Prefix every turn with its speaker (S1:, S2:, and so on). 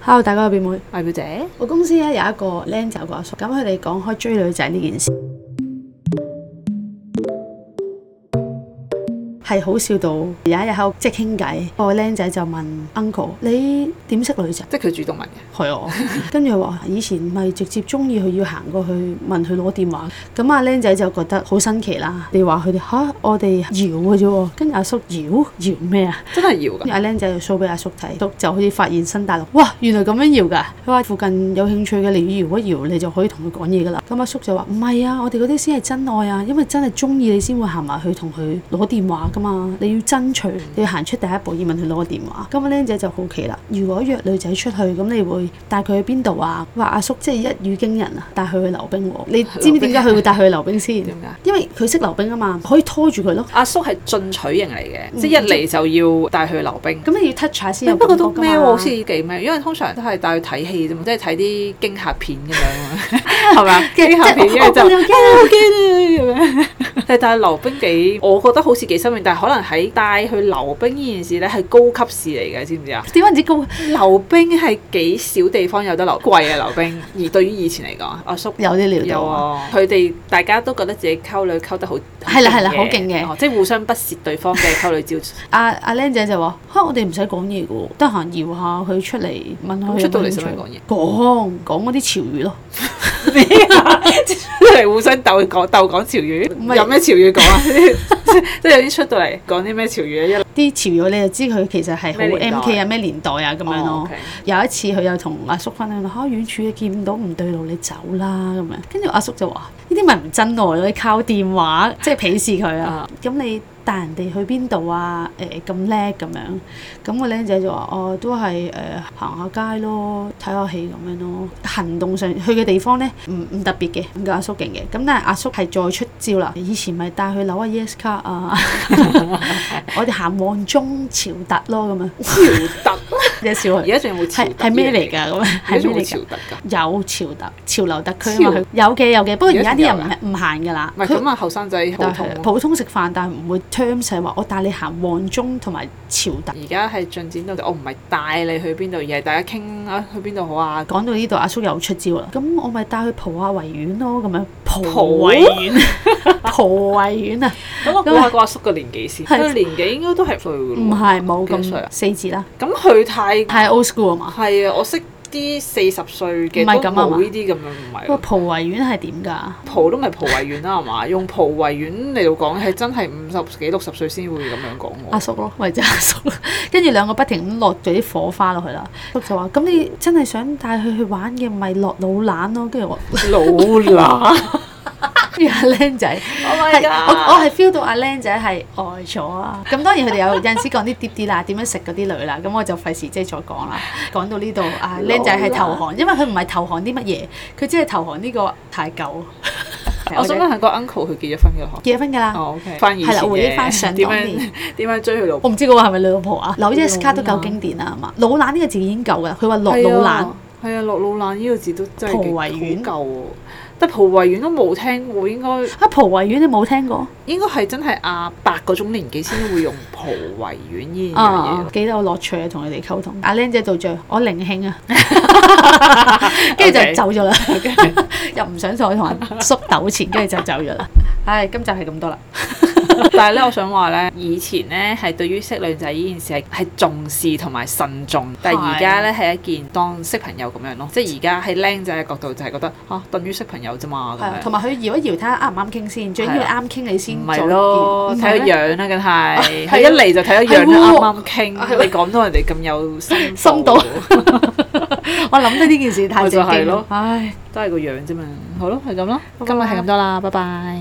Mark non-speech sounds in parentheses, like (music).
S1: Hello，大家好，我表妹。
S2: 我係表姐，
S1: 我公司咧有一個僆仔有個阿叔，咁佢哋講開追女仔呢件事，係好笑到有一日喺度即係傾偈，個僆仔就問 uncle：你點識女仔？
S2: 即係佢主動問嘅，
S1: 係我，跟住佢話以前咪直接中意佢，要行過去問佢攞電話。咁阿僆仔就覺得好新奇啦。你話佢哋吓，我哋搖嘅啫喎，跟住阿叔搖搖咩啊？
S2: 真係要㗎。
S1: 阿僆仔就 show 俾阿叔睇，叔就好似發現新大陸。哇，原來咁樣搖㗎！佢話附近有興趣嘅，你搖一搖，你就可以同佢講嘢㗎啦。咁阿叔就話唔係啊，我哋嗰啲先係真愛啊，因為真係中意你先會行埋去同佢攞電話㗎嘛。你要爭取，你要行出第一步，要問佢攞個電話。咁阿僆仔就好奇啦，如果約女仔出去，咁你會帶佢去邊度啊？話阿叔即係一語驚人啊，帶佢去溜冰喎。你知唔知點解佢會帶佢去溜冰先？
S2: 點解？
S1: 因為佢識溜冰啊嘛，可以拖住佢咯。
S2: 阿叔係進取型嚟嘅，嗯即係一嚟就要帶佢去溜冰。
S1: 咁你要 touch 下先有
S2: 咁不過都
S1: 感覺㗎
S2: 咩喎？
S1: 嘛
S2: 好似幾咩？因為通常都係帶佢睇戲啫嘛，即係睇啲驚嚇片咁樣啊， (laughs) 係咪啊？驚嚇片跟住就
S1: 我我有驚啊
S2: 啊 (laughs) 好驚啊咁樣。但係但係溜冰幾，我覺得好似幾新穎，但係可能喺帶去溜冰呢件事咧係高級事嚟嘅，知唔知啊？
S1: 點解唔知高？
S2: 溜冰係幾少地方有得溜，貴啊溜冰。而對於以前嚟講，阿叔。
S1: 有啲料
S2: 有
S1: 到啊！
S2: 啊，佢哋大家都覺得自己溝女溝得好，
S1: 係啦係啦
S2: 嘅
S1: 好勁嘅啊
S2: 哦即係互相不屑對方嘅溝
S1: (laughs)
S2: 女招數。
S1: 阿阿僆仔就話：嚇我哋唔使講嘢嘅喎，得閒搖下佢出嚟問佢有冇興
S2: 咁
S1: 趣。
S2: 出到嚟使唔使講嘢 (laughs)
S1: 講講嗰啲潮語咯， (laughs)
S2: 即係互相鬥講鬥講潮
S1: 唔
S2: 語，
S1: 係
S2: 有咩潮語
S1: (laughs)
S2: 講啊？ (laughs) 即係即係有啲出到嚟講啲咩潮語咧，一
S1: 啲潮語你就知佢其實係好
S2: 咩年代
S1: M K 啊，咩年代啊咁樣咯。
S2: 哦，OK
S1: 有一次佢又同阿叔分享啦，嚇、遠處嘅見唔到唔對路，你走啦咁樣。跟住阿叔就話：呢啲咪唔真愛咯，你靠電話即係鄙視佢啊
S2: 啊！
S1: 咁你帶人哋去邊度啊？誒咁叻咁樣，咁個僆仔就話：哦，都係誒行下街咯，睇下戲咁樣咯。行動上去嘅地方咧，唔唔特別嘅，唔夠阿叔勁嘅。咁但係阿叔係再出招啦，以前咪帶佢扭下 Yes 卡
S2: (laughs)
S1: 啊，我哋行旺中潮特咯咁樣，
S2: 潮特，
S1: 你笑佢
S2: 而。家仲有冇潮
S1: 係
S2: 特呢？
S1: 係咩嚟㗎？咁樣
S2: 而家
S1: 係
S2: 仲有
S1: 咩
S2: 冇
S1: 嚟
S2: 潮
S1: 㗎？
S2: 特㗎？
S1: 有潮特潮流特區啊嘛，佢有嘅有嘅，不過而家啲人唔唔行㗎啦。
S2: 啊唔係
S1: 佢
S2: 咁啊，後生仔好
S1: 但
S2: 痛
S1: 係
S2: 喎。
S1: 普通食飯，但係唔會 term 係話我哦帶你行旺中同埋潮特。
S2: 而家係進展到，我唔係帶你去邊度，而係大家傾啊去邊度好啊。
S1: 講到呢度，阿叔又出招啦。咁我咪帶佢蒲下維園咯，咁樣蒲
S2: 蒲
S1: 維園，蒲維園啊，
S2: 咁我估下個阿叔個年紀先，
S1: 係
S2: 佢年紀應該都係歲㗎
S1: 唔
S2: 咯。
S1: 係冇
S2: 幾多歲
S1: 咁
S2: 啊
S1: 四字啦，
S2: 咁佢太
S1: 太 old school 啊嘛。
S2: 係啊，我識啲四十歲嘅
S1: 唔係
S2: 都
S1: 咁啊嘛
S2: 冇呢啲咁樣，唔
S1: 不過
S2: 係
S1: 蒲維園係點㗎？
S2: 蒲都唔係蒲維園啊啦，
S1: (laughs)
S2: 係嘛？用蒲維園嚟到講係真係五十幾六十歲先會咁樣講
S1: 阿
S2: 我。
S1: 叔咯，為咗阿叔，跟住兩個不停咁落咗啲火花落去啦。叔就話：咁你真係想帶佢去玩嘅，咪落老懶咯。跟住我， (laughs)
S2: 老乸
S1: 跟住阿僆仔，
S2: ，Oh
S1: 係啊
S2: my
S1: 我
S2: god！
S1: 我係 feel 到阿僆仔係呆咗啊。咁當然佢哋有有陣時講啲啲啲啦，點樣食嗰啲女啦，咁我就費事即係再講啦。講到呢度，阿僆仔係投降，因為佢唔係投降啲乜嘢，佢只係投降呢個太舊。
S2: 我想問下個 uncle 佢結咗婚嘅嗬？
S1: 結咗婚㗎啦，
S2: 哦，OK，翻以前
S1: 係啦回憶返上
S2: 嘅點
S1: 當年
S2: 樣 (laughs) 點樣追佢老婆？
S1: 我唔知嗰個係咪你老婆啊？扭 yes 卡都夠
S2: 老懶
S1: 經典啊啦，係嘛？老懶呢個字已經夠㗎啦，佢話落
S2: 係
S1: 老懶
S2: 啊。係啊，落老懶呢個字都真係
S1: 蒲
S2: 幾
S1: 維園
S2: 好舊喎。但蒲維園都冇聽過，應該
S1: 啊，蒲維園你冇聽過？
S2: 應該係真係阿伯嗰種年紀先會用蒲維園呢樣嘢
S1: 啊，。幾有樂趣啊，同佢哋溝通。阿僆仔到最後，我靈興 (laughs) 啊，跟住就
S2: OK
S1: 走咗啦，又唔想再同人叔糾纏，跟住就走咗啦。 (laughs) 唉，今集係咁多啦。
S2: (laughs) 但係咧，我想話咧，以前咧係對於識女仔呢件事係係重視同埋慎重，但係而家咧係一件當識朋友咁樣咯，即係而家喺僆仔嘅角度就係覺得嚇、啊等於識朋友啫嘛
S1: 係啊，
S2: 咁
S1: 同
S2: 樣。
S1: 埋佢搖一搖睇下啱唔啱傾先，最緊要
S2: 係啊
S1: 啱傾你先
S2: 唔
S1: 再
S2: 係
S1: 見
S2: 咯，
S1: 唔
S2: 睇
S1: 係
S2: 個
S1: 咩
S2: 樣啦，梗
S1: (laughs)
S2: 係
S1: 啊
S2: 佢一嚟就睇個樣
S1: 係喎
S2: 啦，啱啱
S1: 啊係喎
S2: 傾，你講到人哋咁有深
S1: 深度
S2: (laughs)
S1: 我諗到呢件事太
S2: 咪就
S1: 正
S2: 係
S1: 經咯
S2: 咯，
S1: 唉。
S2: 都係個樣啫嘛。好咯，係咁咯，
S1: 好啊
S2: 今日係
S1: 啦
S2: 咁多啦，拜拜。